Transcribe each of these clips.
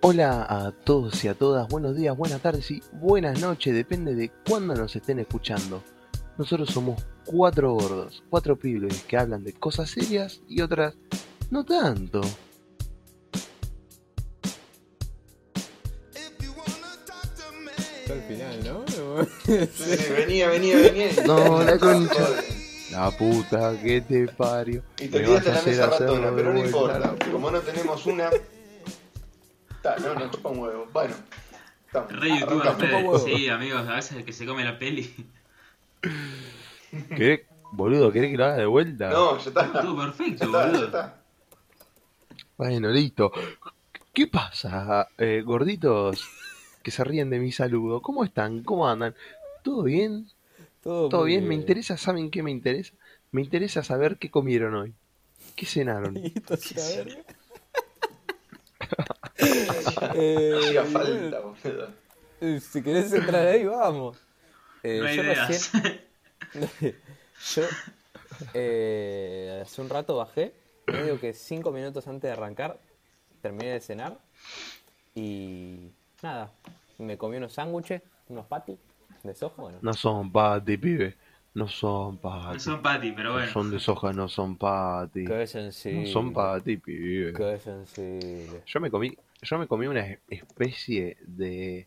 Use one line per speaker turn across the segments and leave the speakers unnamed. Hola a todos y a todas, buenos días, buenas tardes y buenas noches, depende de cuándo nos estén escuchando. Nosotros somos cuatro gordos, cuatro pibes que hablan de cosas serias y otras no tanto.
Al final, ¿no?
venía, venía, venía.
No, la concha. La puta que te parió.
Y te
Me
olvidaste
vas a
la mesa
hacer hacerlo
ratona,
de
pero no
vuelta,
importa.
la puta.
Como no tenemos una. Ta, no, nos chupa un huevo. Bueno. ta,
Re youtuber
arrancamos.
ustedes.
huevo.
Sí, amigos, a veces el que se come la peli.
¿Querés, boludo, querés que lo haga de vuelta?
No, ya está.
Estuvo
Ya
perfecto,
está, ya
boludo.
está.
Bueno, listo. ¿Qué pasa, eh, gorditos que se ríen de mi saludo? ¿Cómo están? ¿Cómo andan? ¿Todo bien? ¿Todo
muy
bien? ¿Me interesa? ¿Saben qué me interesa? Me interesa saber qué comieron hoy. ¿Qué cenaron?
Y esto es una verga.
Hacía
Eh,
falta, boludo.
bueno, Si querés entrar ahí, vamos. Eh,
No hay
yo
ideas.
recién- yo eh, hace un rato bajé, medio que cinco minutos antes de arrancar, terminé de cenar y nada, me comí unos sándwiches, unos patis de soja, bueno.
No son pati, pibe. No son pati.
No son pati, pero bueno.
Son de soja, no son pati.
Que es en sí.
No son pati, pibe.
Que es en sí.
Yo me comí, yo me comí una especie de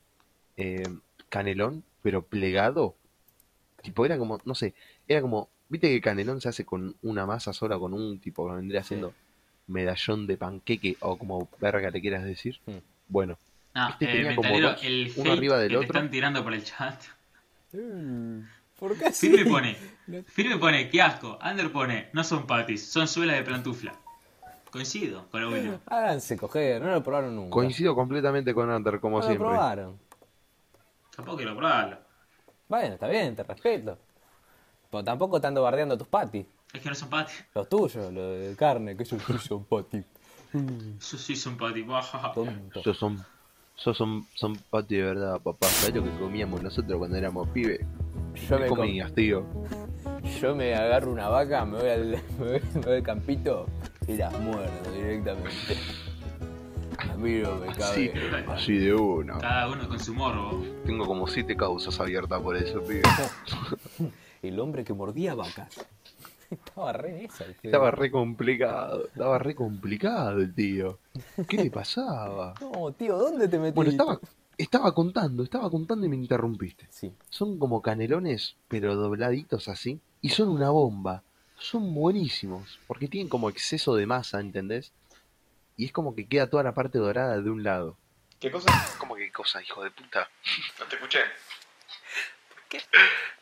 eh, canelón, pero plegado. Tipo, era como, no sé, era como, viste que el canelón se hace con una masa sola, con un tipo, que vendría siendo medallón de panqueque o como verga le quieras decir.
Mm.
Bueno,
No,
Este
eh,
tenía como
metalero,
dos,
el
uno
hate
arriba del
que
otro.
te están tirando por el chat.
¿Por qué así?
Firme pone, Firme pone, qué asco. Ander pone, no son patis, son suelas de plantufla. Coincido con lo bueno.
Háganse coger, no lo probaron nunca.
coincido completamente con Hunter, como
no lo
siempre.
probaron.
Tampoco quiero probarlo.
Bueno, está bien, te respeto. Pero tampoco te ando bardeando tus patis.
Es que no son patis.
Los tuyos, los de carne, que yo tuyo, pati.
Yo sí son patis. baja.
Tonto.
Yo son, yo son, son pati de verdad, papá. ¿Sabés lo que comíamos nosotros cuando éramos pibes?
Yo me,
¿Qué
com-
comías, tío?
yo me agarro una vaca, me voy al, me voy- me voy al campito y las muerdo directamente. A mí no me
Así,
cabe.
así de uno.
Cada uno con su morbo.
Tengo como siete causas abiertas por eso, pibe.
El hombre que mordía vacas. Estaba re en esa. el
Estaba
feo.
re complicado, estaba re complicado el tío. ¿Qué le pasaba?
No, tío, ¿dónde te metiste?
Bueno, estaba, estaba contando, estaba contando y me interrumpiste.
Sí.
Son como canelones, pero dobladitos así, y son una bomba. Son buenísimos, porque tienen como exceso de masa, ¿entendés? Y es como que queda toda la parte dorada de un lado.
¿Qué cosa?
¿Cómo que cosa, hijo de puta?
No te escuché.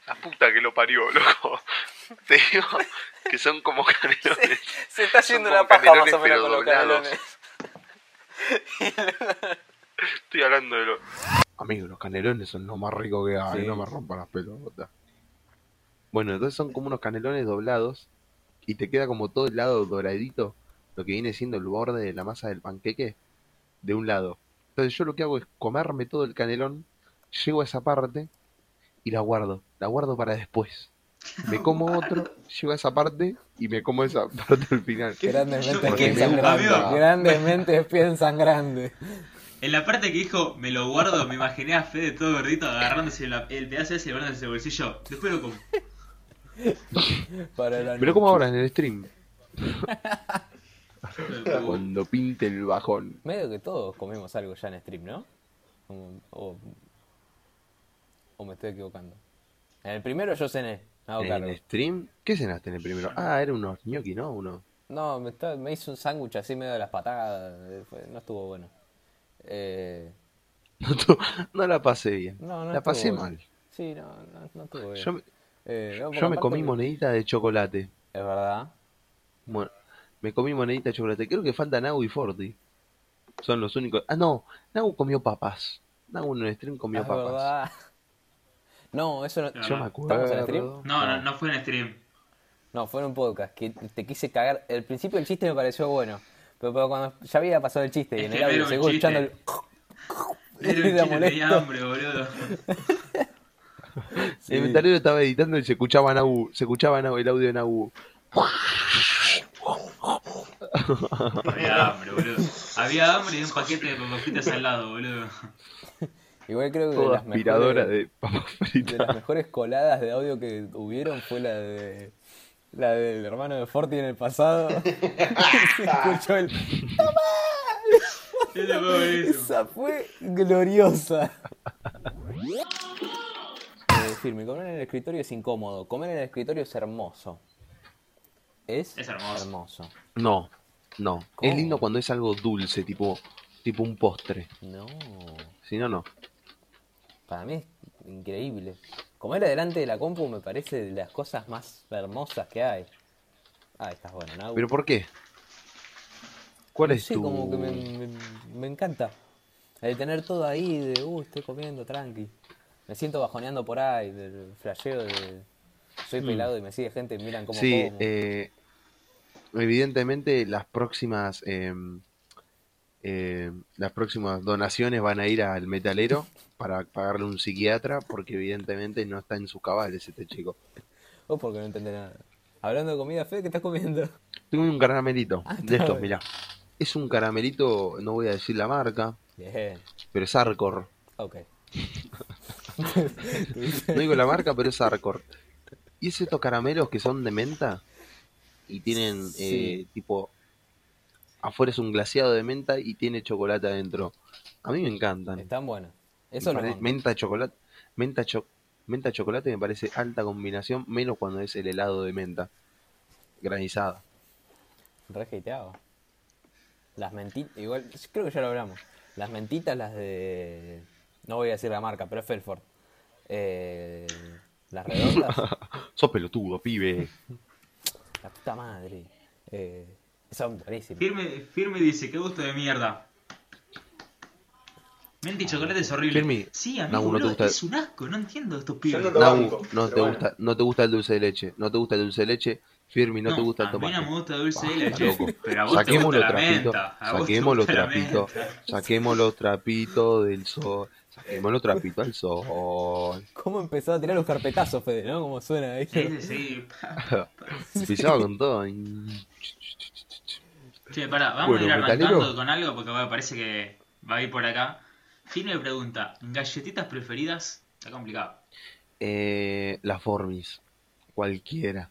La puta que lo parió, loco. Te digo que son como canelones.
Se está
Son
yendo
como
una paja más
canelones,
o menos
pero
con los
doblados.
canelones.
Estoy hablando de los... Amigos, los canelones son lo más rico que hay,
Sí.
no me rompan las pelotas. Bueno, entonces son como unos canelones doblados y te queda como todo el lado doradito, lo que viene siendo el borde de la masa del panqueque, de un lado. Entonces yo lo que hago es comerme todo el canelón, llego a esa parte y la guardo, la guardo para después. Me como otro, llego a esa parte y me como esa parte al final.
Grandes
Yo-
mentes
Porque
piensan
me
grandes.
cambió.
Grandes mentes piensan grandes.
En la parte que dijo, me lo guardo, me imaginé a Fede todo gordito agarrándose la- el pedazo ese y guardándose el bolsillo. Después lo como.
Para la
Pero como ahora en el stream,
Pero,
cuando pinte el bajón.
Medio que todos comemos algo ya en stream, ¿no? O, o- o me estoy equivocando. En el primero yo cené, me hago
¿En
cargo.
el stream? ¿Qué cenaste en el primero? Ah, era unos gnocchi, ¿no? Uno.
No, me, está- me hice un sándwich así medio de las patadas, eh, fue- no estuvo bueno. Eh,
No, tu- no la pasé bien.
no, no
la
estuvo
pasé
bueno.
mal.
Sí, no, no, no estuvo bien.
Yo, me-
Eh, no, porque
yo me
aparte
comí
que-
monedita de chocolate.
Es verdad.
Bueno, me comí monedita de chocolate. Creo que falta Nau y Forti. Son los únicos. Ah, no. Nau comió papas. Nau en el stream comió
es
papas.
Ah, verdad. No, eso no...
No,
Yo me
¿Estamos en el stream?
acuerdo.
No, no, no fue en stream.
No, fue en un podcast que te quise cagar. Al principio el chiste me pareció bueno, pero, pero cuando ya había pasado el chiste y en
Es que
el audio
era un
seguí
chiste.
escuchando el...
Era
Era
un chiste, tenía
molesto.
hambre, boludo.
Sí.
El metalero estaba editando y se escuchaba Nau, se escuchaba Nau, el audio de Nau.
Había hambre, boludo. Había hambre y un paquete de papas fritas al lado, boludo.
Igual creo que de
Toda
las,
aspiradora
mejores,
de papas
de
fritas.
las mejores coladas de audio que hubieron fue la de la del hermano de Forti en el pasado. Se escuchó el
Yo te puedo ver eso.
Esa fue gloriosa. Es decir, mi comer en el escritorio es incómodo. Comer en el escritorio es hermoso. Es,
Es hermoso.
No, no.
¿Cómo?
Es lindo cuando es algo dulce, tipo, tipo un postre.
No.
Si no, no.
Para mí es increíble. Comer adelante de la compu me parece de las cosas más hermosas que hay. Ah, estás bueno, Nau.
¿Pero por qué? ¿Cuál
No
es
sé,
tu...?
como que me, me- me encanta. El tener todo ahí, de, uh, estoy comiendo tranqui. Me siento bajoneando por ahí, del flasheo de. Soy pelado y me sigue gente y miran cómo
Mm. Sí,
como.
eh, evidentemente las próximas eh, eh, las próximas donaciones van a ir al metalero para pagarle un psiquiatra porque evidentemente no está en su cabal este chico.
Vos Oh, porque no entendés nada. Hablando de comida, Fede, ¿qué estás comiendo?
Tengo un caramelito
Ah,
de
está
estos,
bien.
mirá. Es un caramelito, no voy a decir la marca,
Bien,
pero es Arcor.
ok.
No digo la marca, pero es Arcor. Y es estos caramelos que son de menta y tienen
Sí.
eh, tipo. Afuera es un glaseado de menta y tiene chocolate adentro. A mí me encantan.
Están buenos. Eso
Me
lo
pare-
banco.
Menta chocolate. Menta cho- Menta chocolate me parece alta combinación, menos cuando es el helado de menta. Granizada.
Re hateado. Las mentitas, igual, yo creo que ya lo hablamos. Las mentitas, las de. No voy a decir la marca, pero es Felford. Eh, las redondas.
Sos pelotudo, pibe.
la puta madre. Eh, son buenísimas.
Firme, firme dice, qué gusto de mierda. Mente y chocolate es horrible.
Firme,
sí, a mí,
no, no te
boludo,
gusta-
es un asco, no entiendo estos pibes.
Yo no lo-
Nabu,
banco,
no
pero
te,
bueno.
gusta, no te gusta el dulce de leche. No te gusta el dulce de leche. Firmi, no, te gusta el
a mí
tomate.
no me gusta dulce de
Ah,
leche,
loco.
pero a vos
Saquemos
te
los
gusta la
trapitos.
menta. a vos te
Saquemos los
gusta la
trapitos.
menta.
Saquemos los trapitos del sol. Saquemos los trapitos al sol.
¿Cómo empezó a tirar los carpetazos, Fede, no? ¿Cómo suena ahí?
Sí, sí, sí. pa.
Pisaba con todo.
Che, pará, vamos
Bueno,
a ir arrancando
metalero.
con algo porque bueno, parece que va a ir por acá. Firme pregunta, ¿galletitas preferidas? Está complicado.
Eh, la Formis. Cualquiera.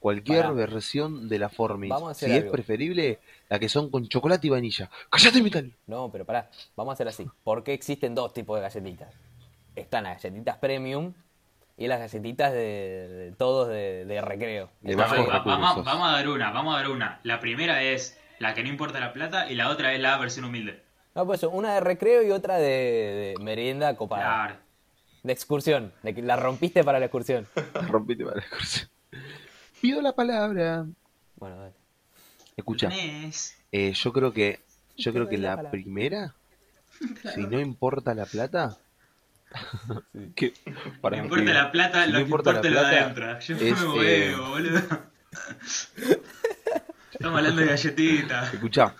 Cualquier
Pará.
versión de la Formis.
Vamos a
si
hacer
es
algo.
preferible, la que son con chocolate y vainilla. ¡Cállate, metal!
No, pero pará, vamos a hacer así. ¿Por qué existen dos tipos de galletitas? Están las galletitas premium y las galletitas de, de todos de, de recreo.
De
Está
bajos
Entonces,
bien, va- vamos,
recursos.
vamos a dar una, vamos a dar una. La primera es la que no importa la plata y la otra es la versión humilde.
No, pues eso, una de recreo y otra de, de merienda copada.
Claro.
De excursión, de que la rompiste para la excursión.
Rompete para la cursión. Pido la palabra.
Bueno, dale.
Escucha,
Tenés-
eh, yo creo que, yo creo que
doy la
la
palabra.
primera, si no importa la plata, que- para
no
mí,
importa la plata,
si
lo
no
que importa,
importa
es
la
lo de
plata,
adentro. Yo
es,
me
eh,
muevo, boludo. Estamos hablando de galletitas.
Escuchá.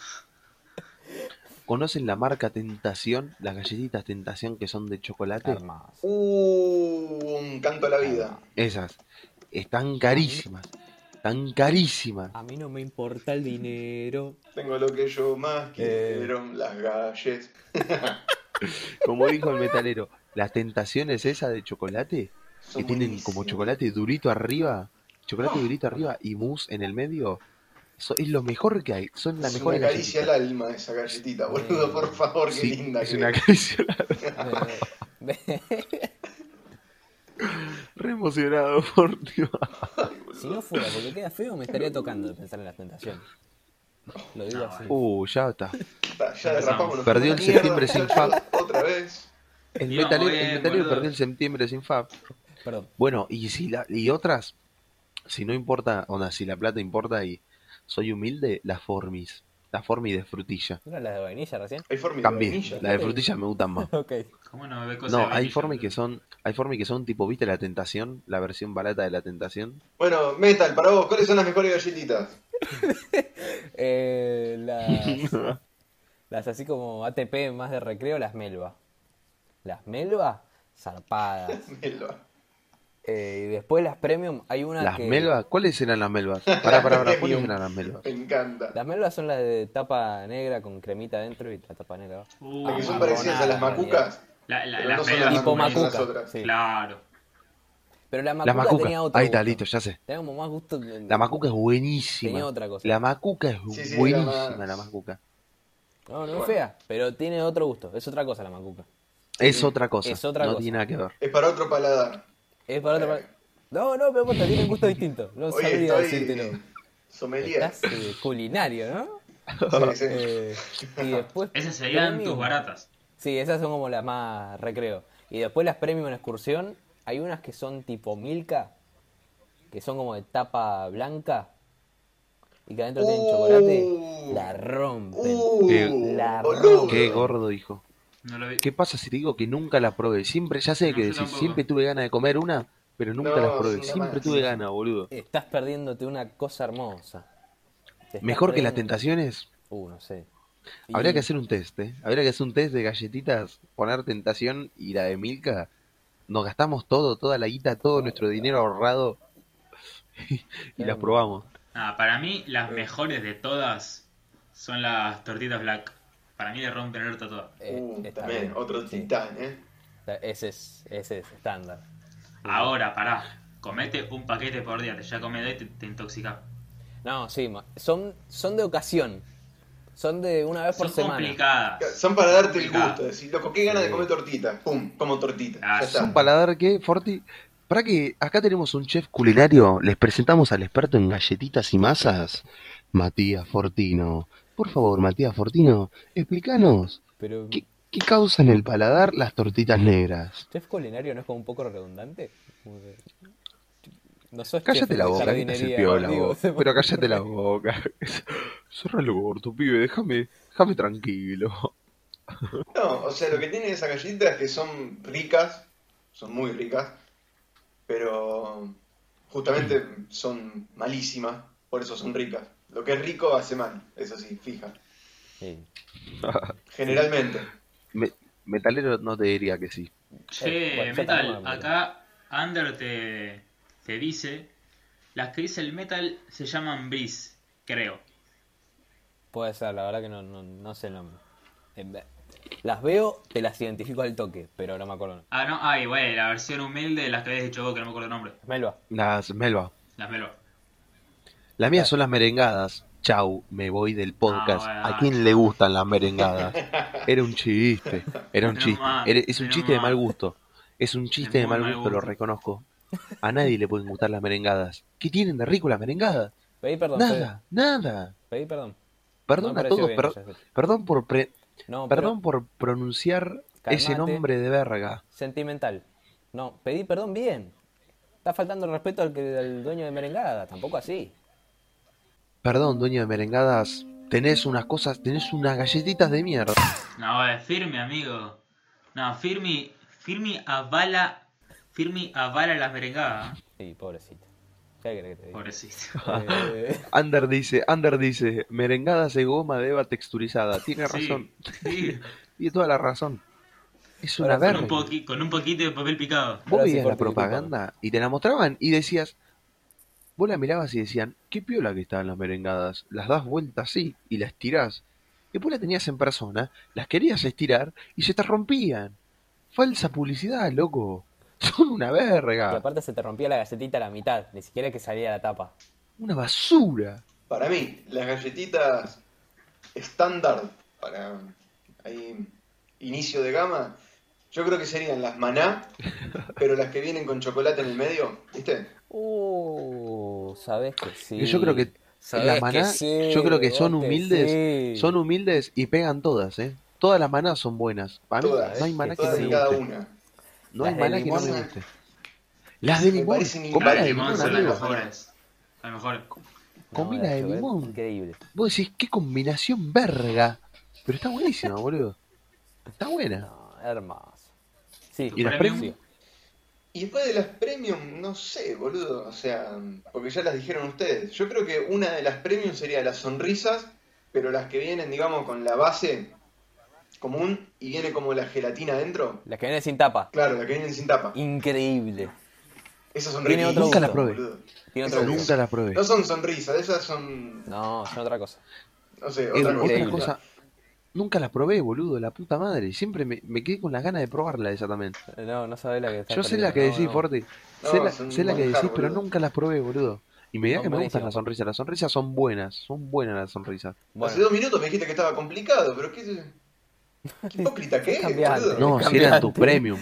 ¿Conocen la marca Tentación? Las galletitas Tentación que son de chocolate.
Hermoso.
Uh, un canto a la vida.
Esas. Están carísimas. Están carísimas.
A mí no me importa el dinero.
Tengo lo que yo más
Eh.
quiero, las galles.
Como dijo el metalero, las tentaciones esas de chocolate, que
Son
tienen
buenísimas.
como chocolate durito arriba,
Oh.
chocolate durito arriba y mousse en el medio, eso es lo mejor que hay. Son las
Es una
mejores
caricia al
galletitas.
alma esa galletita,
Mm.
boludo, por favor, qué
Sí,
linda.
es
que
una caricia al alma.
Eh,
Re emocionado por ti.
si no fuera porque queda feo, me estaría tocando de pensar en la tentación. Lo digo
No,
así.
Uh, ya está.
Está, ya derrapamos los
Perdió
primeros
el septiembre
mierda,
sin
ya Otra vez.
El
Íbamos
metalero, el
bien,
metalero
boludo.
perdió el septiembre sin Fab.
Perdón.
Bueno, y si la, y otras, si no importa, onda, si la plata importa y soy humilde, las formis, las formis de frutilla.
¿No eran las de vainilla recién?
Hay forma de
Cambié,
vainilla.
las de frutilla me gustan más.
Ok.
¿Cómo no ve cosas de
No, hay
vainilla,
formis
boludo?
que son, hay formis que son tipo, ¿viste la tentación? La versión barata de la tentación.
Bueno, Metal, para vos, ¿cuáles son las mejores galletitas?
Eh, las, las así como ATP más de recreo, las melva. Las melva, zarpadas.
Melva.
Eh, y después las premium, hay una
¿Las
que...
melvas? ¿Cuáles eran las melvas? Pará, pará, pará. ¿Cuáles eran las melvas?
Me encanta.
Las melvas son las de tapa negra con cremita adentro y la tapa negra abajo.
Uh,
Las que
marronada,
son parecidas a las macucas.
la, la,
Pero
la
no son
fea.
las
Tipo
macucas,
macuca.
esas otras.
sí.
Claro.
Pero la macuca,
La macuca.
tenía otro
Ahí está,
gusto.
listo, ya sé.
Tenía como más gusto.
La macuca es
Tenía
buenísima.
otra cosa.
La macuca es
Sí, sí, era
buenísima,
más-
la macuca.
No, no
Bueno.
es fea, pero tiene otro gusto. Es otra cosa la macuca.
Es otra cosa.
Es otra
no
cosa.
tiene nada que ver.
Es para otro paladar.
Es para otra parte. No, no, pero posta, tienen gusto distinto. No
Hoy
sabía
estoy
decírtelo.
sommelier.
Estás eh, culinario, ¿no?
Sí, sí.
Eh, y después.
Esas serían
premium.
tus baratas.
Sí, esas son como las más recreo. Y después las premium en excursión, hay unas que son tipo Milka, que son como de tapa blanca y que adentro tienen
Uh.
chocolate. La rompen.
Uh,
La
boludo.
Qué gordo, hijo.
No lo vi.
¿Qué pasa si te digo que nunca las probé? Siempre, ya sé
No,
que
yo
decís,
tampoco.
siempre tuve ganas de comer una, pero nunca
No,
las
es
probé.
una
Siempre
mala.
tuve ganas, boludo.
Estás perdiéndote una cosa hermosa. Te estás
Mejor que las
perdiendo-
tentaciones,
Uh, no sé.
habría
Y-
que hacer un test, ¿eh? Habría que hacer un test de galletitas, poner tentación y la de Milka. Nos gastamos todo, toda la guita, todo nuestro dinero ahorrado y las probamos.
Ah, para mí, las mejores de todas son las tortitas black. Para mí le rompen el orto a todas.
eh,
Uh,
está
también,
bien,
otro
sí.
titán, ¿eh?
Está- Ese es, ese es estándar.
Ahora, pará. Comete un paquete por día. Te ya comes dos y te, te intoxicás.
No, sí, ma- son, son de ocasión. Son de una vez por
Son
semana.
complicadas.
Son para darte el
Mirá.
gusto. Decir, loco, qué ganas de comer tortita. Pum, como tortita.
Ah,
ya
es un
Un
está.
paladar que, Forti, para que acá tenemos un chef culinario, les presentamos al experto en galletitas y masas, Matías Fortino. Por favor, Matías Fortino, explícanos,
Pero,
¿qué, qué causan el paladar las tortitas negras?
¿chef culinario no es como un poco redundante? Como que- No sos chef
Cállate
de
la boca, que estás
jardinería,
piola
digo,
vos.
se-
Pero cállate la boca. Cerra el gordo, pibe, déjame, déjame tranquilo.
No, o sea, lo que tienen esas galletitas es que son ricas, son muy ricas, pero justamente son malísimas, por eso son ricas. Lo que es rico hace mal, eso sí, fija.
Sí.
Generalmente.
Me- metalero no te diría que sí.
Che,
Eh, bueno, ya
Metal,
tenemos la
acá Under te, te dice. Las que dice el Metal se llaman Breeze, creo.
Puede ser, la verdad que no, no, no sé el nombre. En ve- Las veo, te las identifico al toque, pero no me acuerdo.
Ah, no, ay, güey, la versión humilde de las que habías dicho vos, que no me acuerdo el nombre.
Melba.
Las melva.
Las melo.
Las mías son las merengadas. Chau, me voy del podcast.
Ah, bueno.
¿A quién le gustan las merengadas? Era un chiste. Era un
Menos
chiste.
mal,
Era- es un
menos
chiste de
mal.
mal gusto. Es un chiste
Es
de
muy
mal
mal
gusto, lo
gusto.
reconozco. A nadie le pueden gustar las merengadas. ¿Qué tienen de rico las merengadas?
Pedí perdón, Fede,
Nada, nada.
pedí perdón.
Perdón
No
a
pareció
todos,
bien,
per-
ya sé.
perdón por pre-
No, pero
perdón por pronunciar ese
Calmate.
nombre de verga.
Sentimental. No, pedí perdón bien. Está faltando el respeto al, que, al dueño de merengada, tampoco así.
Perdón, dueño de merengadas, tenés unas cosas, tenés unas galletitas de mierda.
No, es firme, amigo. No, firme, firme avala, firme avala las merengadas. ¿eh?
Sí, pobrecito. ¿Qué querés que te diga?
Pobrecito.
Eh,
Under dice, Under dice, merengadas de goma de eva texturizada. Tiene
Sí,
razón,
sí.
tiene toda la razón. Es una
Ahora,
Con
verga.
un, poqui- con un poquito de papel picado.
Vos
Ahora sí,
veías la
Forti,
propaganda y te la mostraban y decías, vos la mirabas y decían, qué piola que estaban las merengadas, las das vuelta así y las tirás. Después las tenías en persona, las querías estirar y se te rompían. Falsa publicidad, loco. Son una
y
verga,
aparte se te rompía la galletita a la mitad, ni siquiera que salía la tapa.
una basura.
Para mí, las galletitas estándar para ahí, inicio de gama, yo creo que serían las maná, pero las que vienen con chocolate en el medio, ¿viste?
Uh, sabes que sí.
Yo creo que
Sabés
las maná,
sí,
yo creo que son
Gonte,
humildes,
sí.
son humildes y pegan todas, eh. Todas las manás son buenas. Para mí
Todas,
no hay
¿eh?
maná que no
Todas
me
y
sí.
cada
guste.
una.
No
Las
hay
de
maná que no me
limón.
guste. Las de
Me
limón.
parecen
Comprá
Las
la
de
de
limón
limón,
son las
amigo.
mejores. Las mejores.
Comí
No,
la de
chocolate,
limón.
Increíble.
Vos decís, qué combinación verga. Pero está buenísima, boludo. Está buena.
No, hermoso. Sí,
¿Y las
sí.
premium?
Y después de las premium, no sé, boludo. O sea, porque ya las dijeron ustedes. Yo creo que una de las premium sería las sonrisas, pero las que vienen, digamos, con la base común y viene como la gelatina adentro.
Las que vienen sin tapa.
Claro, la que vienen sin tapa.
Increíble.
Esas son
Tiene
riquísimas,
otro
Nunca la
gusto.
probé.
boludo.
Tiene
Eso
otro gusto.
Nunca la probé.
No son sonrisas, esas son.
No, son otra cosa.
No sé,
Eh,
otra cosa.
otra
increíble.
cosa. Nunca la probé, boludo, la puta madre. Siempre me, me quedé con las ganas de probarla esa también.
No, no sabés la que está
Yo sé la que decís, Forti.
No,
sé la,
son
sé la que
manjar,
decís, pero
boludo.
nunca las probé, boludo. Y me da
Son
que me gustan
buenísimas.
las sonrisas. Las sonrisas son buenas, son buenas las sonrisas.
Hace dos minutos me dijiste que estaba complicado, pero qué. qué hipócrita que es,
Cambiante.
boludo.
No, si eran tu premium.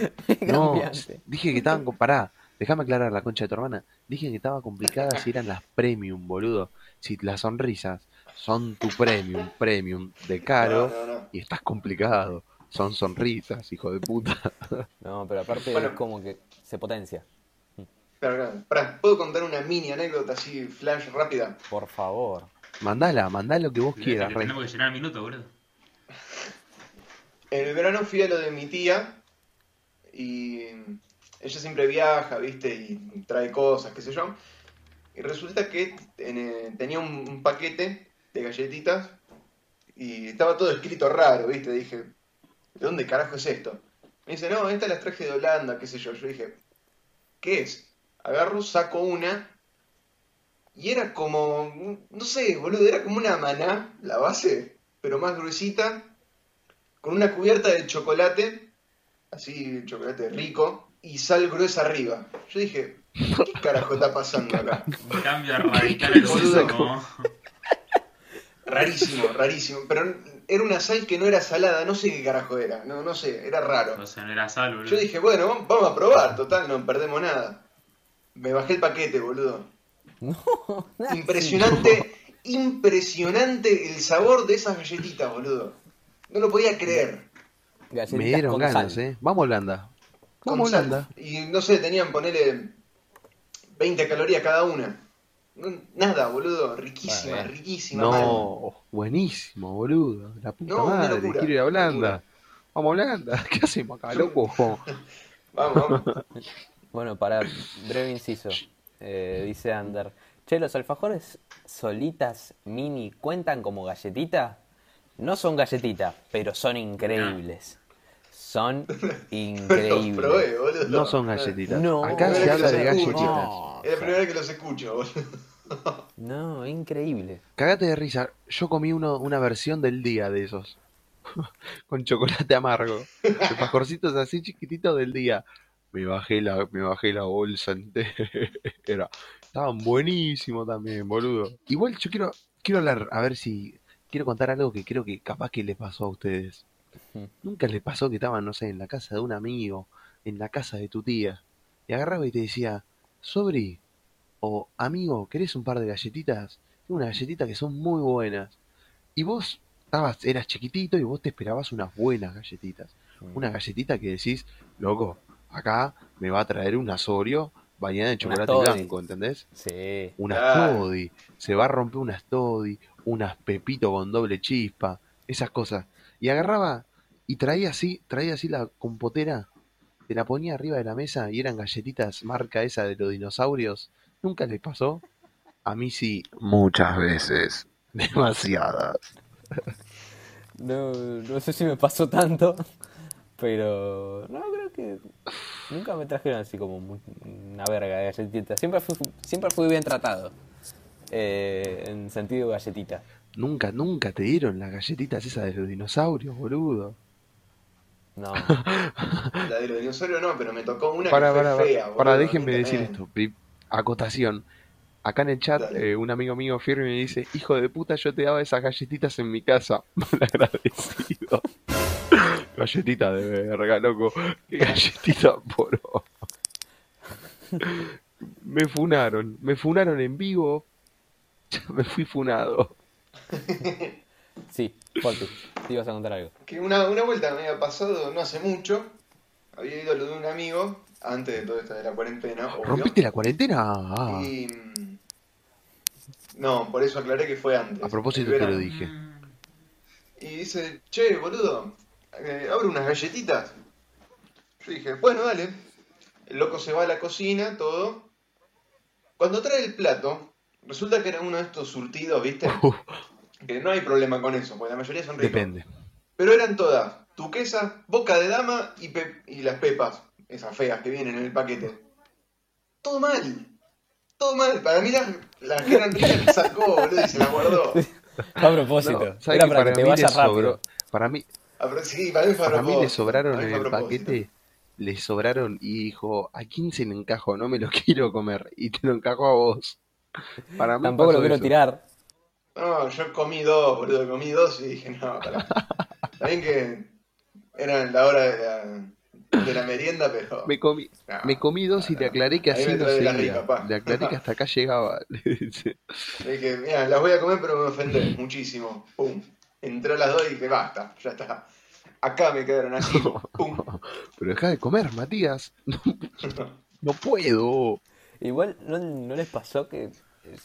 No,
Cambiante.
dije que estaban. com- Pará, déjame aclarar la concha de tu hermana. Dije que estaba complicada si eran las premium, boludo. Si las sonrisas son tu premium, premium de caro,
No, no, no.
y estás complicado. Son sonrisas, hijo de puta.
No, pero aparte
Bueno.
es como que se potencia.
Claro, claro. Pará, ¿puedo contar una mini anécdota así, flash rápida?
Por favor.
Mandala, mandá lo que vos
Mirá
quieras,
que
rey.
Tenemos que llenar minutos, boludo.
En el verano fui a lo de mi tía y ella siempre viaja, viste, y trae cosas, qué sé yo. Y resulta que en, eh, tenía un, un paquete de galletitas y estaba todo escrito raro, viste. Dije, ¿de dónde carajo es esto? Me dice, no, estas las traje de Holanda, qué sé yo. Yo dije, ¿qué es? Agarro, saco una y era como, no sé, boludo, era como una maná, la base, pero más gruesita con una cubierta de chocolate, así chocolate rico, y sal gruesa arriba. Yo dije, ¿qué carajo está pasando acá?
Un cambio radical al
Boludo,
hueso, como.
Rarísimo, rarísimo. Pero era una sal que no era salada, no sé qué carajo era, no, no sé, era raro.
O sea, no era sal, boludo.
Yo dije, bueno, vamos a probar, total, no perdemos nada. Me bajé el paquete, boludo.
Ah,
Impresionante, impresionante el sabor de esas galletitas, boludo. No lo podía creer.
Galletitas
Me dieron
con
ganas,
sal.
eh. Vamos a Holanda.
con
Vamos a
sal.
Holanda.
Y no sé, tenían, ponele 20 calorías cada una. No- Nada, boludo, riquísima,
Vale.
riquísima. mal.
No, buenísimo, boludo. La puta
No, una
madre,
locura,
quiero ir a Holanda.
locura.
Vamos a Holanda. ¿Qué hacemos acá, loco?
Vamos, vamos.
Bueno, para breve inciso, eh, dice Ander. Che, ¿los alfajores solitas mini cuentan como galletita? No son galletitas, pero son increíbles. Son
Los
increíbles.
probé, boludo.
No son galletitas.
No.
Acá
Pero
se
que
habla
se
de
escucha.
galletitas.
No.
Es la primera vez que los escucho, boludo.
No, increíble.
Cagate de risa. Yo comí uno, una versión del día de esos. Con chocolate amargo. Pajorcitos así chiquititos del día. Me bajé la, me bajé la bolsa entera. Estaban buenísimos también, boludo. Igual yo quiero, quiero hablar, a ver si. Quiero contar algo que creo que capaz que les pasó a ustedes.
Ujú.
Nunca les pasó que estaban, no sé, en la casa de un amigo, en la casa de tu tía. Y agarraba y te decía, Sobri, o amigo, ¿querés un par de galletitas? Tengo unas galletitas que son muy buenas. Y vos estabas, eras chiquitito y vos te esperabas unas buenas galletitas. Una galletita que decís, loco, acá me va a traer un asorio bañada en chocolate
Toddy.
blanco, ¿entendés?
Sí.
Unas
Claro.
Toddy, se va a romper unas Toddy, unas Pepito con doble chispa, esas cosas. Y agarraba y traía así, traía así la compotera, te la ponía arriba de la mesa y eran galletitas marca esa de los dinosaurios. ¿Nunca les pasó? A mí sí. Muchas veces. Demasiadas.
No, no sé si me pasó tanto, pero no creo que nunca me trajeron así como mu- una verga de galletita. Siempre fui, siempre fui bien tratado eh, en sentido galletita.
Nunca, nunca te dieron las galletitas esas de los dinosaurios, boludo.
No,
La de los dinosaurios no, pero me tocó una
Para,
que fue
para,
fea,
para,
boludo.
para, déjenme
Nunca-
decir
eh,
esto. pri- Acotación. Acá en el chat,
Dale.
eh, un amigo mío firme me dice, hijo de puta, yo te daba esas galletitas en mi casa. Malagradecido. galletita de verga, loco. Qué galletita poro. me funaron. Me funaron en vivo. Ya me fui funado.
sí, Forti, te ibas a contar algo.
Que una, una vuelta me había pasado no hace mucho. Había ido a lo de un amigo, antes de todo esto de la cuarentena, obvio.
¿Rompiste la cuarentena? Ah,
Y. mm, No, por eso aclaré que fue antes.
a propósito
el
te lo
verano.
dije.
Mm.
Y dice, che, boludo, eh, abre unas galletitas. Yo dije, bueno, dale. El loco se va a la cocina, todo. Cuando trae el plato, resulta que era uno de estos surtidos, ¿viste? Que no hay problema con eso, porque la mayoría son ricos.
Depende.
Pero eran todas, tuquesa, boca de dama y, pe- y las pepas, esas feas que vienen en el paquete. Todo mal. Todo mal. Para mí la, la Hernán Ricas la sacó, boludo, y se la guardó.
Fue a propósito.
No, ¿sabe
Era
que
para que te
mí le
vayas
sobró?
rápido.
Para mí,
Ah, pero sí, para mí fue a
para mí le
propósito.
sobraron
Para mí
en
fue a
el
propósito.
paquete, le sobraron y dijo, ¿a quién se le encajo? No me lo quiero comer y te lo encajo a vos. Para mí
Tampoco
pasó
lo quiero
eso.
tirar.
No, yo comí dos, boludo, comí dos y dije, no, pará. También que era la hora de la, de la merienda, pero.
Me comí,
no.
me comí dos y
no,
te
no.
aclaré que
Ahí
así
me
no
trae la
seguía.
rica, pa.
Le aclaré que hasta acá llegaba. Le dice,
Le dije, mira, las voy a comer, pero me ofendés muchísimo. Pum. Entró a las dos y dije, basta, ya está. Acá me quedaron así. Pum.
Pero deja de comer, Matías. No, no puedo.
Igual, ¿no, no les pasó que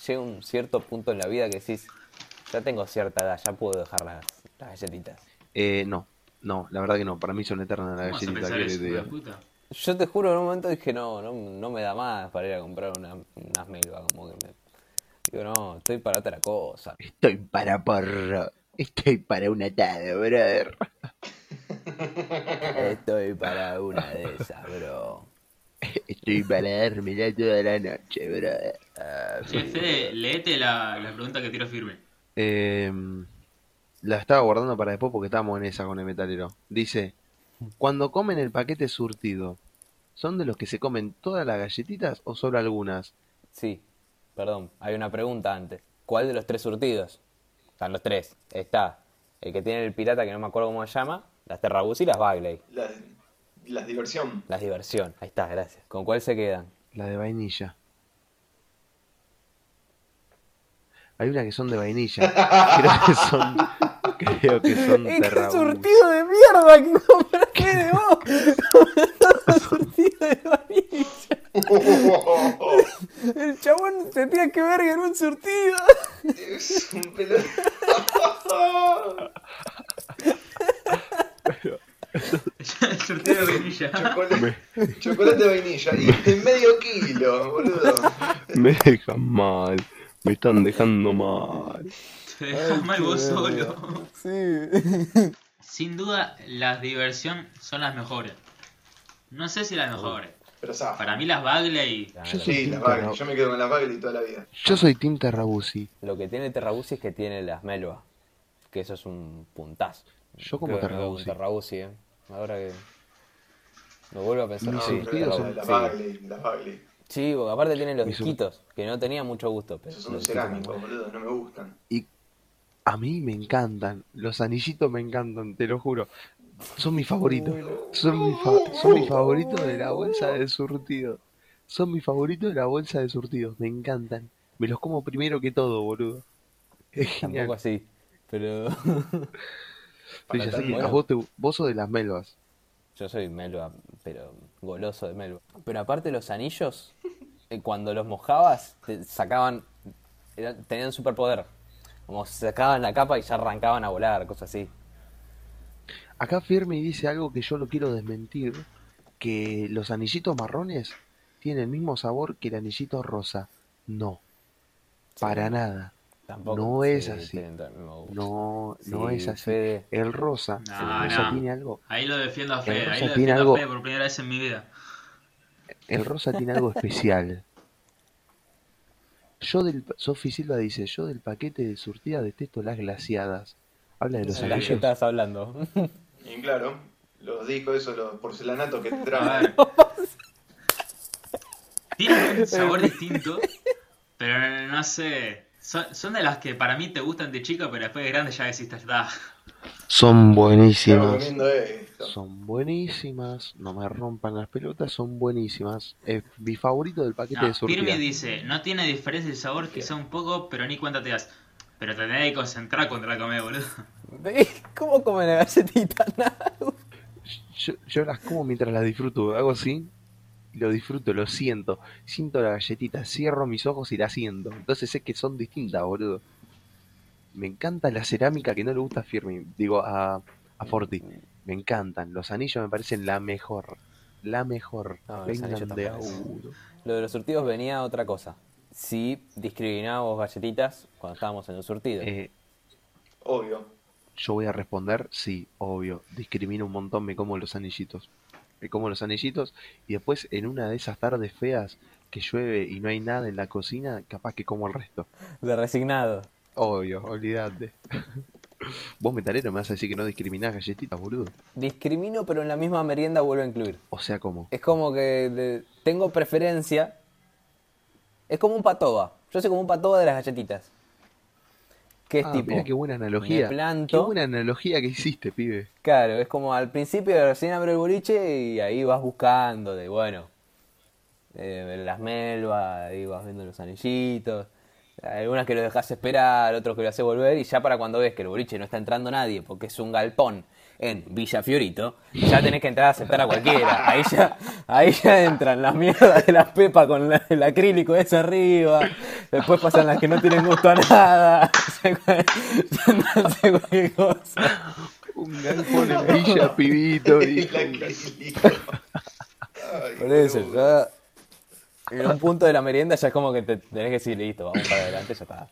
llega un cierto punto en la vida que decís, ya tengo cierta edad, ya puedo dejar las, las galletitas?
Eh, no, no, la verdad que no. Para mí son eternas las
¿Cómo vas
galletitas.
a pensar
¿qué le
eso,
digo?
eh?
hijo de puta?
Yo te juro, en un momento dije, no, no, no me da más para ir a comprar una, unas melvas, como que me... Digo, no, estoy para otra cosa.
Estoy para porro. Estoy para un atado, brother.
Estoy para una de esas, bro.
Estoy para dármela toda la noche, brother. Ah,
Che, Fede, leete la, la pregunta que tiró firme.
Em, la estaba guardando para después porque estábamos en esa con el metalero. Dice, cuando comen el paquete surtido, ¿son de los que se comen todas las galletitas o solo algunas?
Sí, perdón, hay una pregunta antes. ¿Cuál de los tres surtidos? Están los tres. Está el que tiene el pirata, que no me acuerdo cómo se llama, las Terrabus y las Bagley.
Las, las diversión.
Las diversión. Ahí está, gracias. ¿Con cuál se quedan?
La de vainilla. Hay una que son de vainilla. Creo que son, creo que son Terrabú.
de mierda que compraste de vos! surtido de vainilla!
Oh,
El chabón se tenía que verga en un surtido.
Es un pelo.
El sorteo de vainilla.
Chocolate, chocolate de vainilla y medio kilo, boludo.
Me dejan mal. Me están dejando mal.
Te dejas mal vos solo.
Sí.
Sin duda, las diversión son las mejores. No sé si las mejores.
Pero zafa.
Para mí las Bagley...
Sí, las bagel. Yo me quedo con las bagel y toda la vida.
Yo soy Tim Terrabusi.
Lo que tiene Terrabusi es que tiene las melvas. Que eso es un puntazo.
Yo como
Creo que me quedo
Terrabuzzi.
con Terrabuzzi, eh. Ahora que. Lo vuelvo a pensar.
Mi
No,
sentido
Terrabuzzi.
pero
son-
las
Sí.
bagel, las bagel.
Sí, porque aparte tiene los
Mi su-
disquitos, que no tenía mucho gusto. Pero
Esos son
los disquitos
cerámicos,
eran
boludo, no me gustan.
Y a mí me encantan. Los anillitos me encantan, te lo juro. Son mis favoritos. Son mis, fa- son mis favoritos de la bolsa de surtido. Son mis favoritos de la bolsa de surtidos. Me encantan. Me los como primero que todo, boludo. Es
buenos.
genial.
Tampoco así, pero.
Sí, ya
para
sé
tan
que a
bueno.
vos, te- vos sos de las melvas.
Yo soy melva, pero goloso de melva. Pero aparte los anillos, eh, cuando los mojabas, te sacaban, eran- tenían superpoder. Como sacaban la capa y ya arrancaban a volar, cosas así.
Acá Firme dice algo que yo lo quiero desmentir, que los anillitos marrones tienen el mismo sabor que el anillito rosa. No, para nada.
Tampoco.
No es
sí,
así.
tienen todo el mismo gusto.
No, no
Sí,
es así.
Fede.
El rosa,
No,
el rosa
Ah, no.
tiene algo,
Ahí lo defiendo a Fede.
Rosa
Ahí lo
tiene
defiendo
algo-
a Fede por primera vez en mi vida.
el rosa tiene algo especial. Yo del Sofi Silva dice, yo del paquete de surtida detesto las glaciadas. Habla de los
Sí.
¿De qué
anillos.
estabas hablando?
Y claro, los discos esos, los porcelanatos que te
Ah,
traen.
Tienen un sabor distinto, pero no sé. Son, son de las que para mí te gustan de chico, pero después de grande ya decís, "Ta, ta".
Son
Te
buenísimas.
recomiendo esto.
Son buenísimas. No me rompan las pelotas, son buenísimas. Es mi favorito del paquete
No,
de surtida.
Pirmi dice, no tiene diferencia de sabor, quizá un poco, pero ni cuenta te das. Pero te tenés que concentrar cuando la comés, boludo.
¿Cómo comen la galletita? Nada.
Yo, yo las como mientras las disfruto, hago así, y lo disfruto, lo siento, siento la galletita, cierro mis ojos y la siento. Entonces sé que son distintas, boludo. Me encanta la cerámica que no le gusta a Firmi, digo a, a Forti. Me encantan, los anillos me parecen la mejor, la mejor.
No, los
Vengan
anillos
de
tampoco es.
a uno.
Lo de los surtidos venía otra cosa. Si discriminábamos galletitas cuando estábamos en un surtido.
Eh,
Obvio.
yo voy a responder, sí, obvio, discrimino un montón, me como los anillitos. Me como los anillitos y después en una de esas tardes feas que llueve y no hay nada en la cocina, capaz que como el resto.
De resignado.
Obvio, olvidate. Vos metalero me vas a decir que no discriminás galletitas, boludo.
Discrimino, pero en la misma merienda vuelvo a incluir.
O sea, ¿cómo?
Es como que de- tengo preferencia. Es como un patoba. Yo soy como un patoba de las galletitas. Que es
Ah,
tipo.
mirá qué buena analogía.
me planto.
Qué buena analogía que hiciste, pibe.
Claro, es como al principio recién abro el boliche y ahí vas buscando de, bueno, eh, las melvas, ahí vas viendo los anillitos, algunas que lo dejas esperar, otros que lo haces volver y ya para cuando ves que el boliche no está entrando nadie porque es un galpón en Villa Fiorito, ya tenés que entrar a aceptar a cualquiera, ahí ya, ahí ya entran las mierdas de las pepas con la- el acrílico ese arriba, después pasan las que no tienen gusto a nada, ya hacen cualquier cosa.
Un galpón en Villa, pibito. dijo.
La crítica. Ay,
Por eso,
boludo.
ya. En un punto de la merienda ya es como que te tenés que decir, listo, vamos para adelante, ya está.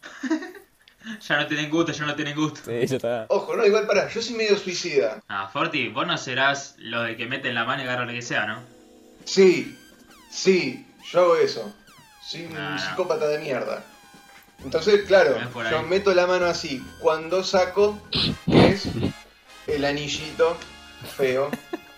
Ya no tienen gusto, ya no tienen gusto.
Sí, ya está.
Ojo, no, igual pará, yo soy medio suicida.
Ah, Forti, vos no serás lo de que meten la mano y agarra lo que sea, ¿no?
Sí, sí, yo hago eso. Soy un
Nah.
psicópata de mierda. Entonces, claro,
Es Ah. por
yo
ahí.
meto la mano así. Cuando saco, es el anillito feo,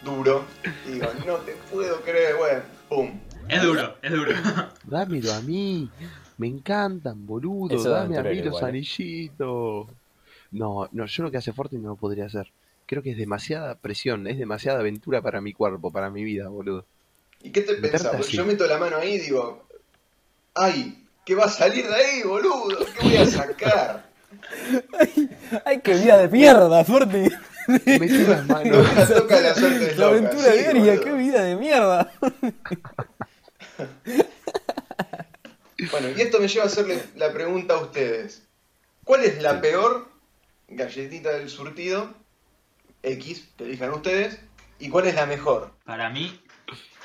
duro. Y digo, no te puedo creer, weón. Pum.
Es duro, es duro.
Dámelo a mí. Me encantan, boludo.
Eso da
Dame a mí
aventurero
los
igual, ¿eh?
anillitos. No, no, yo lo que hace Fortnite no lo podría hacer. Creo que es demasiada presión, es demasiada aventura para mi cuerpo, para mi vida, boludo.
¿Y qué te
Meterte
pensás? Porque
así.
yo meto la mano ahí y digo, ay, ¿qué va a salir de ahí, boludo? ¿Qué voy a sacar?
¡Ay, qué vida de mierda, Forti!
Metí las manos.
La toca la suerte es
La
loca,
aventura
sí,
diaria,
boludo.
qué vida de mierda.
Bueno, y esto me lleva a hacerle la pregunta a ustedes. ¿Cuál es la peor galletita del surtido? X, que elijan ustedes. ¿Y cuál es la mejor?
Para mí,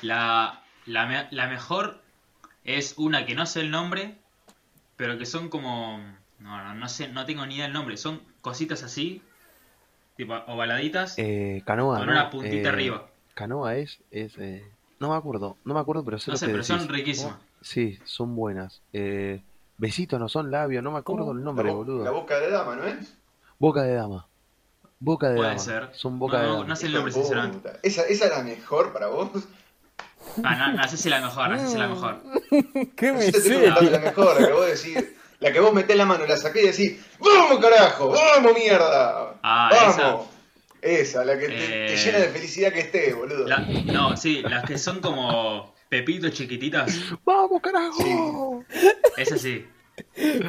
la, la, me- la mejor es una que no sé el nombre, pero que son como... No, no, no sé, no tengo ni idea del nombre. Son cositas así, tipo ovaladitas,
Eh, canoa.
con
¿no?
una puntita
Eh,
arriba.
Canoa es, es eh, no me acuerdo, no me acuerdo, pero sé
No
lo
sé,
que
pero son
decís.
riquísimas.
Sí, son buenas. Eh, besitos no son labios, no me acuerdo
¿Cómo?
el nombre,
la, bo-
boludo.
la boca de la dama, ¿no es?
Boca de dama. Boca de
Puede
dama.
ser.
Son boca
No,
de
no,
dama.
no sé. el nombre,
Hijo de
sinceramente.
puta. ¿Esa, ¿Esa es la mejor para vos?
Ah, no, no sé si la mejor, no sé si la mejor.
¡Qué
Yo te estoy preguntando la
miseria!
mejor, la que vos decís. La que vos metés la mano, la saqué y decís, ¡Vamos, carajo! ¡Vamos, mierda!
Ah,
¡Vamos! Esa, la que te,
Eh.
te llena de felicidad que esté, boludo.
La- no, sí, las que son como pepitos chiquititas,
¡Vamos, ¡Oh, carajo!
esas sí.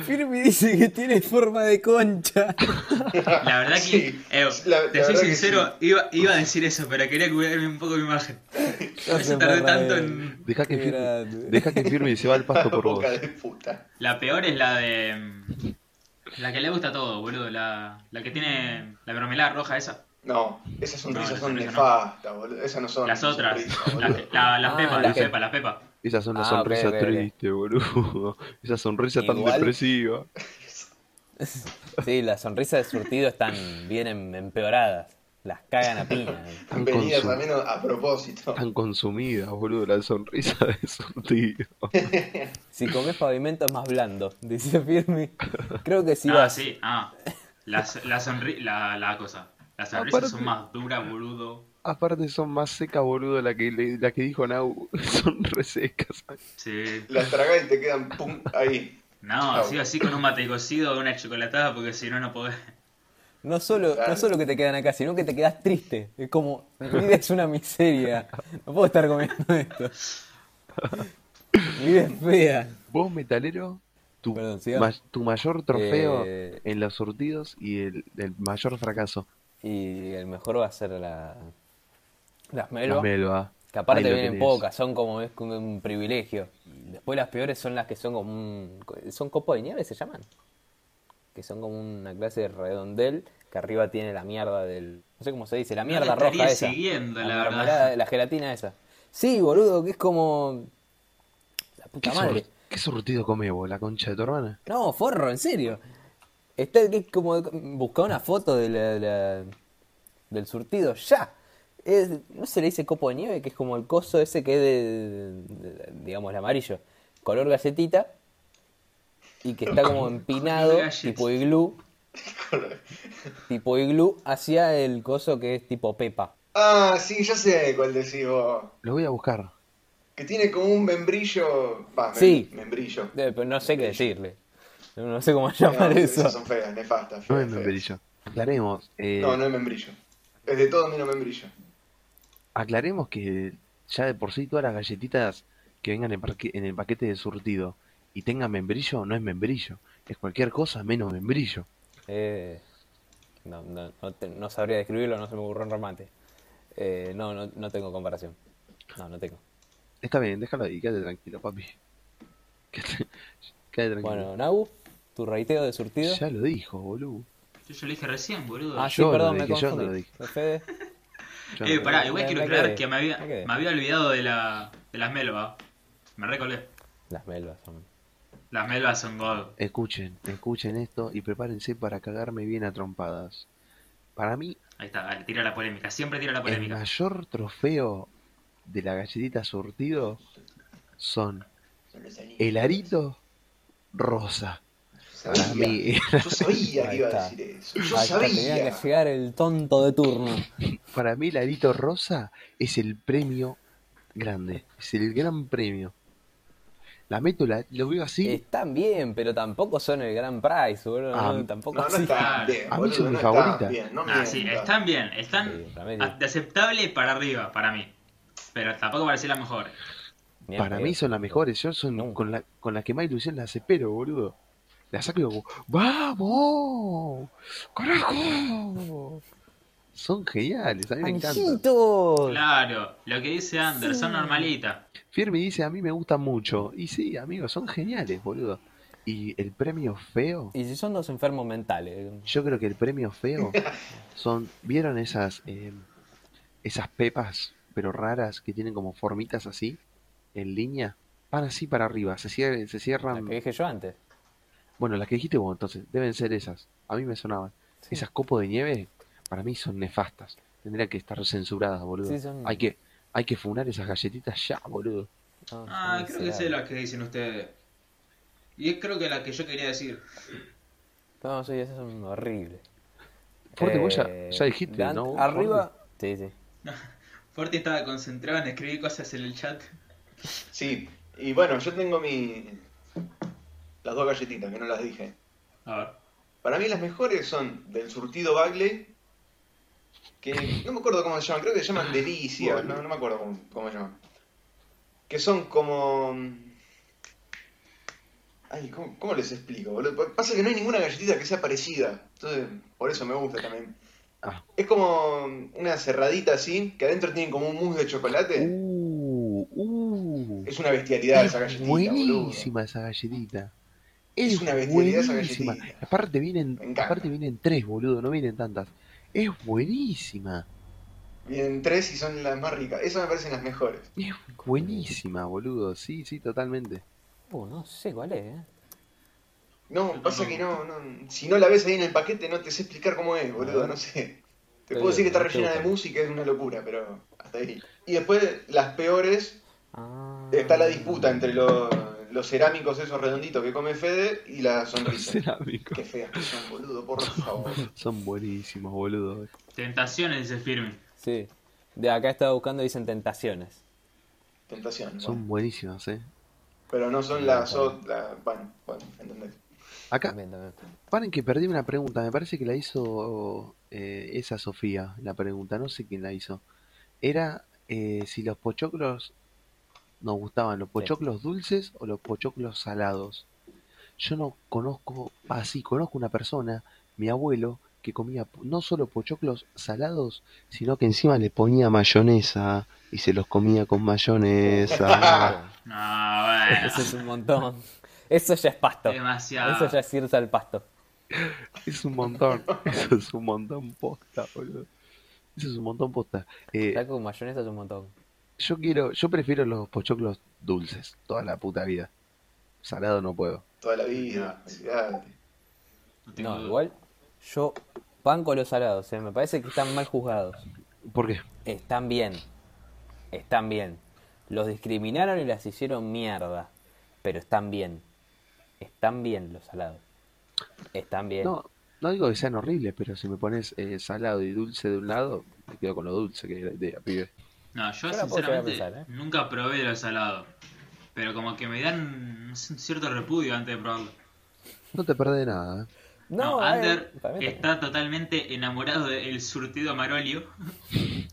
Firme dice que tiene forma de concha.
La verdad que,
Sí,
eh,
la- la
te soy
verdad que
sincero, iba, iba a decir eso, pero quería cuidarme un poco mi imagen. Por eso tardé tanto en...
Deja que
Qué
firme,
grande.
deja que firme y se va al pasto por vos.
boca de puta.
La peor es la de... mm, La que le gusta a todo, boludo. La, la que tiene la bromelada roja esa.
No, esas sonrisas
No, las
son
sonrisas no.
nefastas, boludo. Esas no son.
Las otras.
sonrisas,
Las
boludo.
que- la- las
Ah,
pepas,
la
las
que-
pepas, las pepas.
Esa es una
Ah, ok,
sonrisa
ok, ok.
triste, boludo. Esa sonrisa tan
Igual-
depresiva.
Sí, las sonrisas de surtido están bien em- empeoradas. Las cagan a piña.
Tan,
Venidas
consum-
también a propósito.
tan consumida, boludo. La sonrisa de sortido.
Si comes pavimento es más blando, dice Firmi. Creo que sí
ah,
vas.
sí, ah. La, la, sonri- la, la cosa. Las sonrisas son más duras, boludo.
Aparte son más secas, boludo, la que, le- la que dijo Nau. Son resecas.
Sí.
Las tragás y te quedan pum ahí.
No,
Chau.
sí, así con un mate cocido o una chocolatada, porque si no, no podés.
No solo,
Claro.
no solo que te quedan acá, sino que te quedas triste. Es como, mi vida es una miseria. No puedo estar comiendo esto. Mi vida es fea.
Vos, metalero, tu,
Perdón, siga.
ma- tu mayor trofeo
Eh.
en los sortidos y el, el mayor fracaso.
Y el mejor va a ser la, las melvas.
La melva.
Que
Ahí
aparte
lo
vienen
tenés.
pocas, son como es como un privilegio. Y después las peores son las que son como un, son copos de nieve se llaman. Que son como una clase de redondel que arriba tiene la mierda del, no sé cómo se dice, la
No
mierda
la estaría
roja esa.
siguiendo, la verdad.
mermelada- la gelatina esa. Sí, boludo, que es como la
¿Qué,
puta
sor-
madre.
qué sortido comés vos, la concha de tu hermana?
No, forro, en serio. Está que es como buscar una foto de la- de la- del surtido ya. Es- no se le dice copo de nieve, que es como el coso ese que es de, de- de- digamos, el amarillo. color galletita y que está como empinado,
galletas.
tipo iglú, tipo iglú, hacia el coso que es tipo pepa.
Ah, sí, ya sé cuál decís vos.
Lo voy a buscar.
Que tiene como un membrillo. Va, mem-
Sí.
membrillo.
Eh, pero no sé qué decirle. No no sé cómo llamar
No,
eso.
esas son feas, nefastas.
No
feas,
es
feas.
membrillo. Aclaremos. eh,
No, no es membrillo. Es de todo menos membrillo.
Aclaremos que ya de por sí todas las galletitas que vengan en, parque- en el paquete de surtido y tengan membrillo, no es membrillo. Es cualquier cosa menos membrillo.
Eh, no, no, no te- no sabría describirlo, no se me ocurrió un remate. Eh, no, no, no tengo comparación. No, no tengo.
Está bien, déjalo ahí, quédate tranquilo, papi. Quédate, quédate tranquilo.
Bueno, Nau, tu reiteo de surtido.
ya lo dijo, boludo.
Yo ya lo dije recién, boludo.
Ah, sí,
yo no
perdón,
lo
me
dije, yo no lo
confundí. Fede,
Ya
eh,
no-
pará, igual
Me-
quiero
me
aclarar
quedé,
que me había,
me quedé.
me había olvidado de, la, de las melvas. Me recolé.
las melvas son.
Las melvas son god.
Escuchen, escuchen esto y prepárense para cagarme bien a trompadas. Para mí,
Ahí está, dale, tira la polémica. Siempre tira la
el
polémica.
mayor trofeo de la galletita surtido son el arito rosa. Para
Sabía.
mí,
Yo sabía que
Ahí
iba
está.
a decir eso. Yo
Ahí está, tenía
sabía.
que llegar el tonto de turno.
para mí el arito rosa es el premio grande, es el gran premio. La meto, la- lo veo así.
Están bien, pero tampoco son el gran prize, boludo.
Ah,
no, tampoco
No, no
así.
está bien.
A mí
boludo,
son
no
mis
está
favoritas.
bien, no
Ah, sí,
mientas.
están bien. Están
Sí, para mí sí.
Ah,
a- de aceptable para arriba, para mí. Pero tampoco parecía la mejor.
Ni en
Para
pedo.
mí son las mejores, yo son
No.
con, la, con las que más ilusión las espero, boludo. Las saco y digo, ¡vamos! ¡Carajo! Son geniales, a mí me encantan.
¡Anchitos!
Claro, lo que dice Ander, son normalitas.
Firmi dice, a mí me gusta mucho. Y sí, amigos, son geniales, boludo. Y el premio feo,
Y si son dos enfermos mentales.
yo creo que el premio feo son, ¿vieron esas, eh, esas pepas, pero raras, que tienen como formitas así, en línea? Van así para arriba, se cierran, se
La
cierran
que dije yo antes.
Bueno, las que dijiste vos, entonces, deben ser esas. A mí me sonaban.
Sí.
Esas copos de nieve, para mí son nefastas. Tendrían que estar censuradas, boludo.
Sí, son-
Hay que, hay que funar esas galletitas ya, boludo.
No,
Ah,
son
creo que sé
miserables.
las que dicen ustedes. Y es creo que la que yo quería decir.
No, sí, esas son horribles.
Fuerte, vos ya,
Eh,
ya dijiste,
Dan-
¿no?
Arriba. Sí, sí.
Forti estaba concentrado en escribir cosas en el chat.
Sí, y bueno, yo tengo mi. Las dos galletitas que no las dije.
A ver.
Para mí las mejores son del surtido Bagley, que no me acuerdo cómo se llaman, creo que se llaman Delicia, no, no me acuerdo cómo, cómo se llaman. Que son como... Ay, ¿cómo, cómo les explico? boludo? Pasa que no hay ninguna galletita que sea parecida, entonces por eso me gusta también.
Ah.
Es como una cerradita así, que adentro tienen como un mousse de chocolate.
Uh, uh.
Es una bestialidad esa
Es
galletita, boludo.
buenísima esa galletita. Es,
Es una bestialidad esa
buenísima.
galletita.
Aparte vienen,
Me encanta.
aparte vienen tres, boludo, no vienen tantas. Es buenísima.
Vienen tres y son las más ricas. Esas me parecen las mejores.
Es buenísima, boludo. Sí, sí, totalmente.
Uh, no sé cuál es, eh.
No,
Yo
pasa
tampoco.
que no, no, si no la ves ahí en el paquete no te sé explicar cómo es, boludo, no sé. Te
Está
puedo decir que
bien,
está
no te
rellena de
gusta.
música, es una locura, pero hasta ahí. Y después las peores,
Ah.
está la disputa entre los, los cerámicos esos redonditos que come Fede y la sonrisa.
Cerámico.
Qué feas que son, boludo, por favor.
Son buenísimos, boludo.
Tentaciones, dice Firmin.
Sí. De acá estaba buscando, dicen tentaciones.
Tentación. ¿no?
Son buenísimas, eh.
Pero no son las ot- la- bueno, bueno, ¿entendés?
Acá,
También, también.
paren que perdí una pregunta. Me parece que la hizo eh, esa Sofía, la pregunta. No sé quién la hizo. Era eh, si los pochoclos nos gustaban, los pochoclos dulces o los pochoclos salados. Yo no conozco, así conozco una persona, mi abuelo, que comía po- no solo pochoclos salados, sino que encima le ponía mayonesa y se los comía con mayonesa.
No, bueno.
Eso es un montón. Eso ya es pasto.
Demasiado.
Eso ya es irse al pasto.
Es un montón, eso es un montón posta, boludo. Eso es un montón posta. Eh,
Ya con mayonesa es un montón.
yo quiero, yo prefiero los pochoclos dulces, toda la puta vida. Salado no puedo.
Toda la vida, olvidate.
No tengo
No,
duda.
igual yo banco los salados, eh. me parece que están mal juzgados.
¿Por qué?
Están bien. Están bien. Los discriminaron y las hicieron mierda. pero están bien. Están bien los salados. Están bien.
No, no digo que sean horribles, pero si me pones eh, salado y dulce de un lado, me quedo con lo dulce que era la idea, pibe.
No, yo
Yo la puedo llegar a
sinceramente
pensar, ¿eh?
nunca probé de lo salado. Pero como que me dan un cierto repudio antes de probarlo.
No te perdés de nada. ¿eh?
No,
a ver, eh,
Ander este,
para mí está
está totalmente enamorado del surtido Marolio.
bien.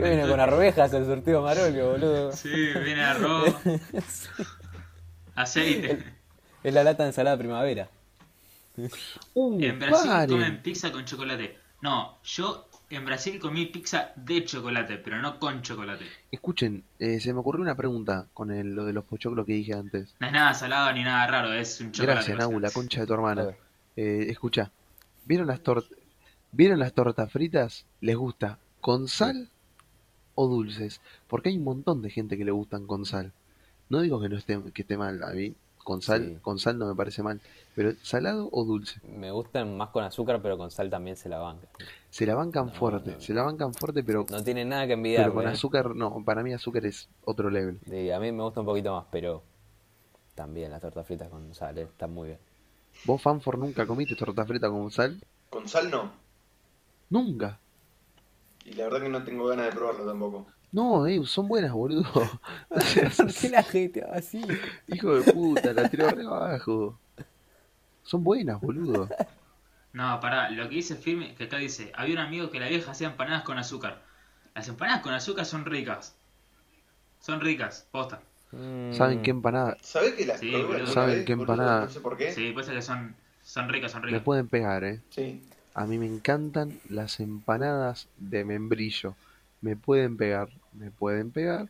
Viene con arvejas el surtido marolio, boludo.
Sí, viene arroz, aceite.
Es la lata de ensalada primavera.
Uh,
En Brasil
paren.
comen pizza con chocolate. No, yo en Brasil comí pizza de chocolate, pero no con chocolate.
Escuchen, eh, se me ocurrió una pregunta con el- lo de los pochoclos que dije antes.
No es nada salado ni nada raro, es un chocolate.
Gracias,
o sea.
Nau, la concha de tu
A
hermana.
ver.
Eh, escucha, ¿vieron las, tor- ¿vieron las tortas fritas? ¿Les gusta con sal o dulces? Porque hay un montón de gente que le gustan con sal. No digo que no esté, que esté mal, a mí con sal,
Sí.
con sal no me parece mal. Pero salado o dulce,
Me gustan más con azúcar, pero con sal también se la banca.
se la bancan fuerte, se la bancan fuerte, pero,
No eh. tiene nada que envidiar.
pero con azúcar, no, para mí azúcar es otro level.
a mí me gusta un poquito más, pero también las tortas fritas con sal eh, están muy bien.
¿Vos, Fanfor, nunca comiste torta frita con sal?
Con sal no.
Nunca.
Y la verdad que no tengo ganas de probarlo tampoco.
No, eh, son buenas, boludo.
¿Por qué la gente va así?
Hijo de puta, la tiró re abajo. Son buenas, boludo.
No, pará, lo que dice firme, que acá dice, había un amigo que la vieja hacía empanadas con azúcar. Las empanadas con azúcar son ricas. Son ricas, posta.
Mm.
¿Saben
Mm.
qué empanada?
¿Sabés que las
Sí,
probé
boludo.
alguna
¿Saben
vez,
qué
boludo?
empanada?
No sé por qué.
Sí, pues que son, son ricas, son
Me
ricas.
pueden pegar, eh.
Sí.
A mí me encantan las empanadas de membrillo. Me pueden pegar, me pueden pegar.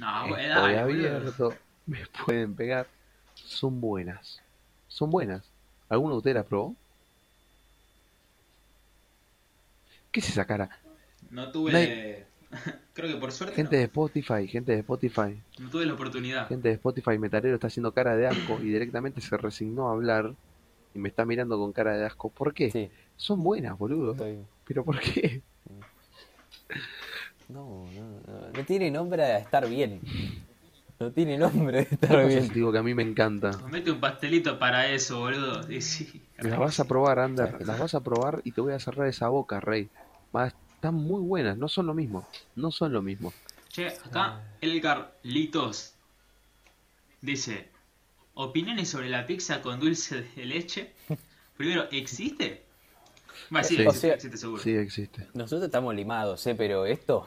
No, güey,
Estoy
Ah, dale, boludo.
abierto. Me pueden pegar. Son buenas. Son buenas. ¿Alguno de ustedes las probó? ¿Qué es esa cara?
No tuve...
No
Creo que por suerte
Gente
no,
de Spotify, gente de Spotify.
no tuve la oportunidad.
gente de Spotify Metalero está haciendo cara de asco y directamente se resignó a hablar y me está mirando con cara de asco. ¿Por qué?
Sí,
Son buenas, boludo.
estoy...
¿Pero por qué?
No, no, no, no tiene nombre de estar bien. No tiene nombre de estar
No sé si
bien.
te digo que a mí me encanta.
Comete un pastelito para eso, boludo. Y sí.
Las vas a probar, Ander. Las vas a probar y te voy a cerrar esa boca, rey. Vas- Están muy buenas, no son lo mismo. No son lo mismo.
Che, acá Elgar Litos dice, opiniones sobre la pizza con dulce de leche. Primero, ¿existe? Va, sí,
Sí.
existe,
O sea,
existe seguro.
Sí, existe.
Nosotros estamos limados, ¿eh? Pero esto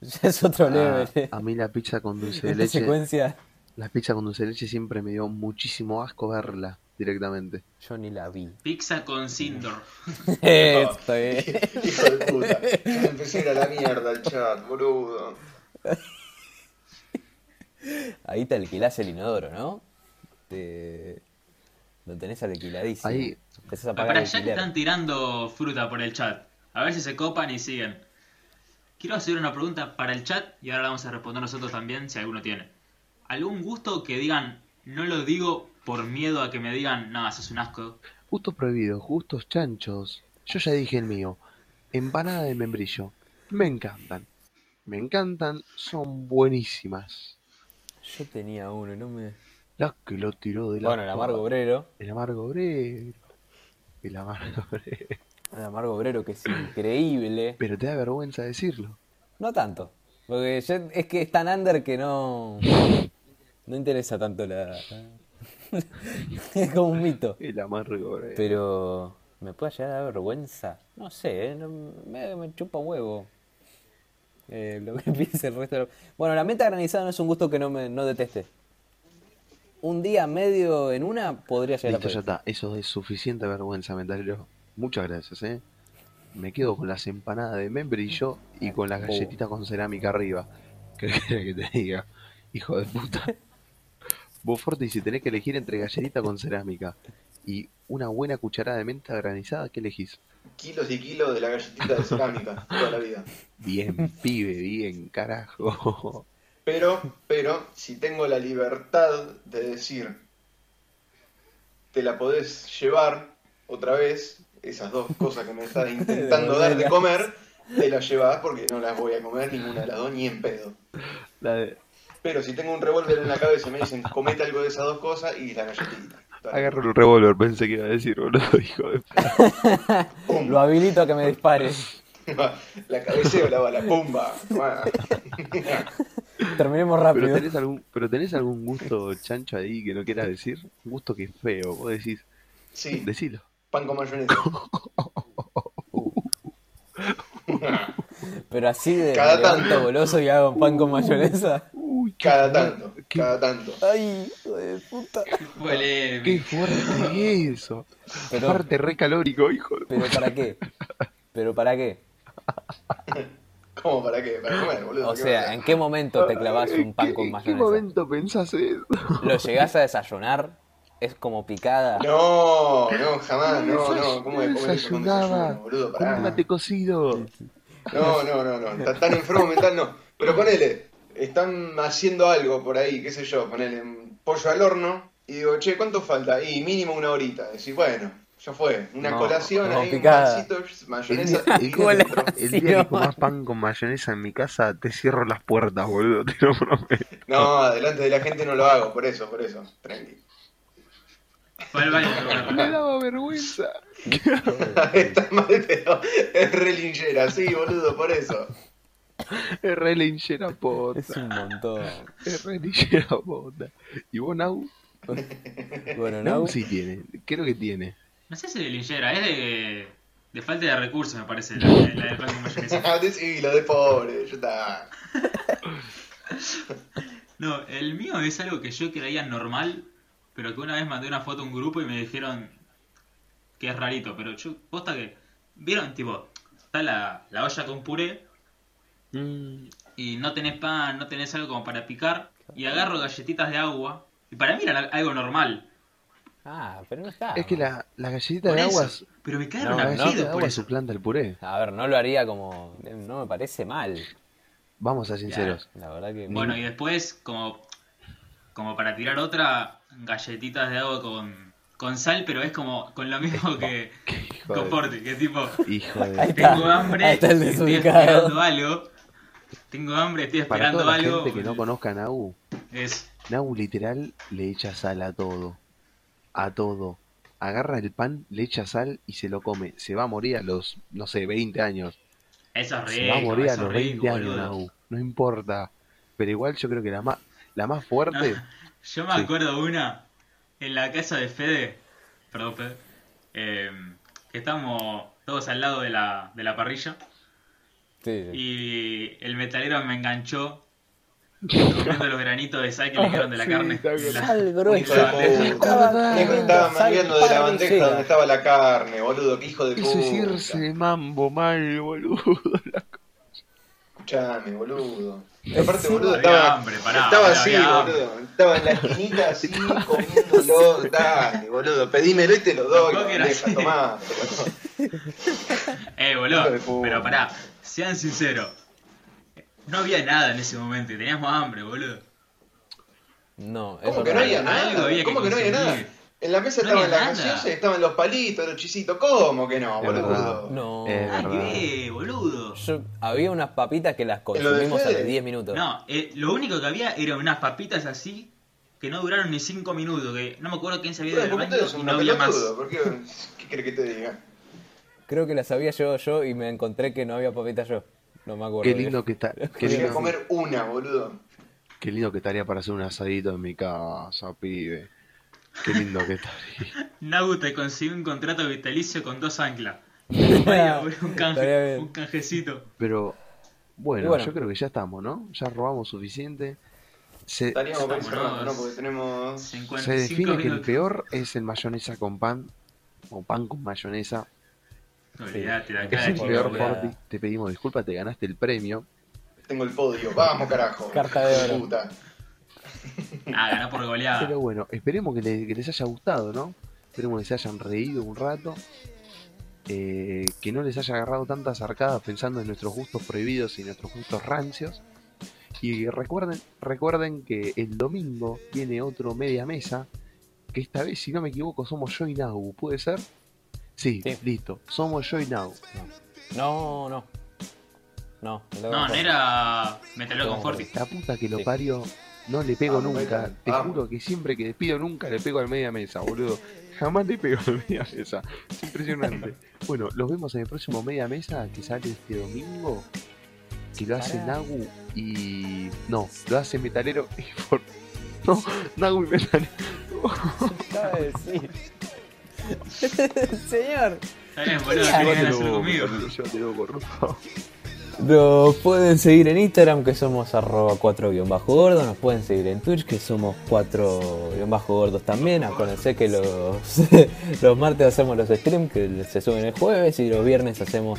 ya es otro
A,
level. ¿eh?
Ah, a mí la pizza con dulce de
Esta
leche.
secuencia
La pizza con dulce de leche siempre me dio muchísimo asco verla directamente.
yo ni la vi.
Pizza con Sindor.
Esto eh. es...
Hijo de puta. Yo me empecé a ir a la mierda al chat, boludo.
Ahí te alquilás el inodoro, ¿no? Te... Lo tenés alquiladísimo.
Ahí.
Empezás a pagar
Para allá Ah, que
alquiler.
están tirando fruta por el chat. A ver si se copan y siguen. Quiero hacer una pregunta para el chat y ahora la vamos a responder nosotros también si alguno tiene. ¿Algún gusto que digan, no lo digo por miedo a que me digan, no, eso es un asco?
Gustos prohibidos, gustos chanchos. Yo ya dije el mío. Empanada de membrillo. Me encantan. Me encantan, son buenísimas.
Yo tenía uno, no me...
La que lo tiró de la.
Bueno, el amargo obrero.
El amargo obrero. El amargo obrero.
El amargo obrero que es increíble.
Pero te da vergüenza decirlo.
No tanto. Porque yo- es que es tan under que no... No interesa tanto la... es como un mito.
El amargo obrero.
Pero... ¿Me puede llegar a dar vergüenza? No sé, ¿eh? No- me, me chupa un huevo. Eh, lo que piense el resto de la- Bueno, la menta granizada no es un gusto que no, me, no deteste. Un día medio en una podría llegar
Listo,
a
ya
pedir.
está. Eso es suficiente vergüenza, metalero. Muchas gracias, eh. Me quedo con las empanadas de membrillo y con las
Oh.
galletitas con cerámica arriba. ¿Qué querés que te diga? Hijo de puta. Vos, Forti, si tenés que elegir entre galletita con cerámica y una buena cucharada de menta granizada, ¿qué elegís?
Kilos y kilos de la galletita de cerámica toda la vida.
Bien, pibe, bien, carajo.
Pero, pero, si tengo la libertad de decir, te la podés llevar otra vez, esas dos cosas que me estás intentando dar de comer, te las llevas porque no las voy a comer ninguna de las dos ni en pedo.
La de-
Pero si tengo un revólver en la cabeza y me dicen, comete algo de esas dos cosas y la galletita. Dale.
Agarro el revólver, pensé que iba a decir, boludo, hijo de puta.
Pum.
Lo habilito a que me dispare.
la cabeceo la bala, pumba. Tomá.
Terminemos
Pero
rápido.
tenés, algún, pero tenés algún gusto chancho ahí que no quieras decir. Un gusto que es feo. Vos decís,
Sí,
decilo.
pan con mayonesa.
Pero así de
Cada
me levanto
tanto.
goloso y hago un pan con mayonesa.
Uy, qué,
Cada tanto,
qué-
cada tanto.
Ay, hijo de puta.
qué
Polémico.
fuerte eso.
Pero-
Aparte, re calórico, hijo de
¿Pero para qué? ¿Pero para qué?
¿Cómo? ¿Para qué? Para comer, boludo.
O
¿qué
sea,
pasa?
¿en qué momento te clavas un pan
¿Qué-
con
¿En qué
mayonesa?
momento pensás eso?
¿Lo llegás a desayunar? ¿Es como picada?
No, no, jamás, no, no.
Desay-
¿Cómo voy a comer eso con
desayunaba
desayuno, boludo?
con
Pará.
un mate cocido.
No, no, no, no. Está tan enfermo mental, no. Pero ponele, están haciendo algo por ahí, qué sé yo, ponele un pollo al horno y digo, che, ¿cuánto falta? Y mínimo una horita. Decís, bueno, ya fue. Una
No,
colación
no,
ahí,
picada.
un pancito, mayonesa.
Ah,
El día-
y
el día
dentro.
El día que comas pan con mayonesa en mi casa, te cierro las puertas, boludo. Te lo prometo.
No, delante de la gente no lo hago, por eso, por eso. Tranqui.
Fue al baño, pero
Me
bueno.
daba vergüenza.
Está mal, pero es re linchera, sí, boludo, por eso.
Es re linchera pota.
Es un montón.
Es re linchera pota. ¿Y vos, Nau?
Bueno,
Nau
no.
sí tiene. Creo que tiene.
No sé si de linchera, es de, de falta de recursos, me parece, la, la del pan con mayonesa.
Decilo, de pobre, ya está.
No, el mío es algo que yo creía normal, pero que una vez mandé una foto a un grupo y me dijeron que es rarito, pero yo, posta que, vieron, tipo, está la, la olla con puré y no tenés pan, no tenés algo como para picar, y agarro galletitas de agua, y para mí era la- algo normal.
Ah, pero no está.
Es que la, la galleta
Por
de
eso,
aguas.
pero me
La
quedaron
galleta
abatidos
de
por
agua
eso.
suplanta el puré.
A ver, no lo haría como. No me parece mal.
Vamos a ser sinceros.
La verdad que.
Bueno, y después, como, como para tirar otra, galletitas de agua con, con sal, pero es como con lo mismo que
Hijo
con
de-
Forte, que tipo,
Hijo
Ahí
de.
está.
tengo hambre,
Ahí está el
estoy
desubicado.
esperando algo, tengo hambre, estoy
Para
esperando
toda la
algo,
gente que no conozca a Nau,
es
Nau literal le echa sal a todo. A todo. Agarra el pan, le echa sal y se lo come. Se va a morir a los, no sé, 20 años.
eso es
Se va a
rico,
morir a
eso
los
es
20
rico,
años,
boludo.
Nau. No importa. Pero igual yo creo que la más, la más fuerte.
Ah. Yo me
Sí.
acuerdo una en la casa de Fede, perdón Fede, eh, que estamos todos al lado de la, de la parrilla.
Sí, sí.
Y el metalero me enganchó comiendo los granitos de sal que le quedaron de la
Sí,
carne.
está bien.
La-
Sal grueso.
y la bandeja.
Estaba-
Nico estaba
sal
mangueando de la
padre
bandeja
llega.
donde estaba la carne, boludo, qué hijo de puta.
Eso es irse de mambo mal, boludo.
Escuchame, boludo. Y aparte,
Sí.
boludo,
Había
estaba,
hambre, pará,
estaba
pará,
así,
había hambre.
boludo. Estaba en la esquinita así, comiéndolo. Dale, boludo, pedímelo y te lo doy.
Tampoco era
Deja,
así.
tomá. boludo.
Eh,
Hijo de
boludo,
puta.
pero pará, sean sinceros. No había nada en ese momento y teníamos hambre, boludo.
No, es
¿Cómo que
verdad.
no había
Algo
nada?
había que
¿Cómo que no había
consumir.
nada? En la mesa
No
estaban
había
las
nada.
gaseosas, estaban los palitos, los chisitos. ¿Cómo que no,
Es verdad.
boludo?
No.
Eh,
Ah,
verdad.
qué boludo.
Yo, había unas papitas que las
de
consumimos a los
Fede?
10 minutos.
No, eh, lo único que había eran unas papitas así que no duraron ni 5 minutos. Que no me acuerdo quién se había ido
Boludo, ¿por
del
qué ustedes
baño
son
y
unos
no había más.
pelotudos? ¿Por qué? ¿Qué querés que te diga?
Creo que las había llevado yo y me encontré que no había papitas yo. No me acuerdo.
Qué
bien.
lindo que está. Qué
Quería
lindo,
comer una, boludo.
qué lindo que estaría para hacer un asadito en mi casa, pibe. Qué lindo que estaría.
Nau te consiguió un contrato vitalicio con dos anclas. Vaya,
Estaría
boludo, un,
Estaría
canje,
bien.
un canjecito.
Pero bueno,
Y bueno.
yo creo que ya estamos, ¿no? Ya robamos suficiente. Se,
Estaríamos por ahí
Estamos, ¿no?
cerrando, ¿no? Porque tenemos.
se
55
define que el
minutos.
peor es el mayonesa con pan. O pan con mayonesa.
Olvídate, la
Sí.
Es
cara
el
de
chico,
peor,
boludo.
Forti. Te pedimos disculpas, te ganaste el premio.
Tengo el podio. Vamos, carajo.
Carta de oro.
Puta.
Ah, ganó por goleada.
Pero bueno, esperemos que, le- que les haya gustado, ¿no? Esperemos que se hayan reído un rato. eh, que no les haya agarrado tantas arcadas pensando en nuestros gustos prohibidos y nuestros gustos rancios. Y recuerden, recuerden que el domingo viene otro media mesa. Que esta vez, si no me equivoco, somos yo y Nau, ¿puede ser? Sí,
Sí.
listo. Somos yo y Nau.
No, no. No,
No, no era. Metalero con
No,
Forti.
La puta que lo
Sí.
parió. No le pego
Ah,
nunca.
bueno.
Te
Ah.
juro que siempre que despido nunca le pego al media mesa, boludo. Jamás le pego al media mesa. Es impresionante. bueno, los vemos en el próximo media mesa que sale este domingo. Que lo hace
Pará.
Nagu y. No, lo hace Metalero y por. No, Nagu y Metalero.
Acaba de decir. Señor.
Está bien, boludo, ¿qué quieren
Llévatelo
hacer
vos,
conmigo?
Metalero, llévatelo, por favor.
Nos pueden seguir en Instagram que somos arroba 4-gordo, nos pueden seguir en Twitch que somos 4-gordos también, acuérdense que los, los martes hacemos los streams que se suben el jueves y los viernes hacemos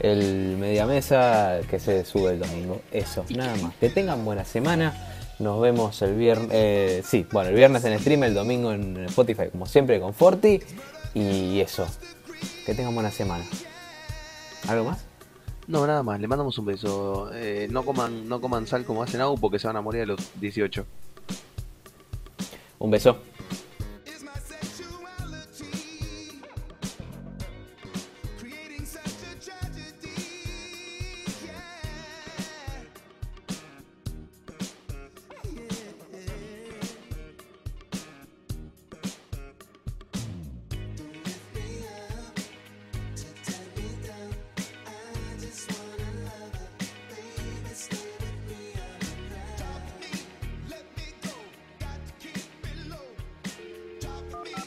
el media mesa que se sube el domingo. Eso, nada más. Que tengan buena semana. Nos vemos el viernes, sí, bueno, el viernes en stream, el domingo en Spotify, como siempre con Forti. Y eso, que tengan buena semana. ¿Algo más?
No, nada más, le mandamos un beso. Eh, no, coman, no coman sal como hace Nagu porque se van a morir a los 18.
Un beso.
is my sexuality creating such a tragedy? Yeah. Yeah. Don't lift me up to tear me down. I just wanna love her. Baby, stay with me. I'm in love. Let me go, got to keep it low. Drop me, let me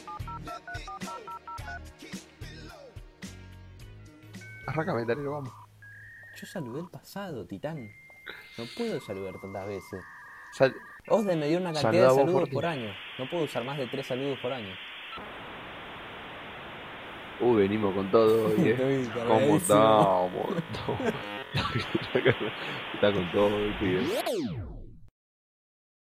go, got to keep it low.
Arranca, Metalero, vamos.
Yo saludé el pasado, titán. No puedo saludar tantas veces.
Sal-
Osden me dio una cantidad
Saludá
de
vos,
saludos
Forti.
por año. No puedo usar más de tres saludos por año.
Uy, venimos con todo. hoy, eh.
Estoy
¿Cómo
cargadísimo.
estamos? Está con todo el pibe.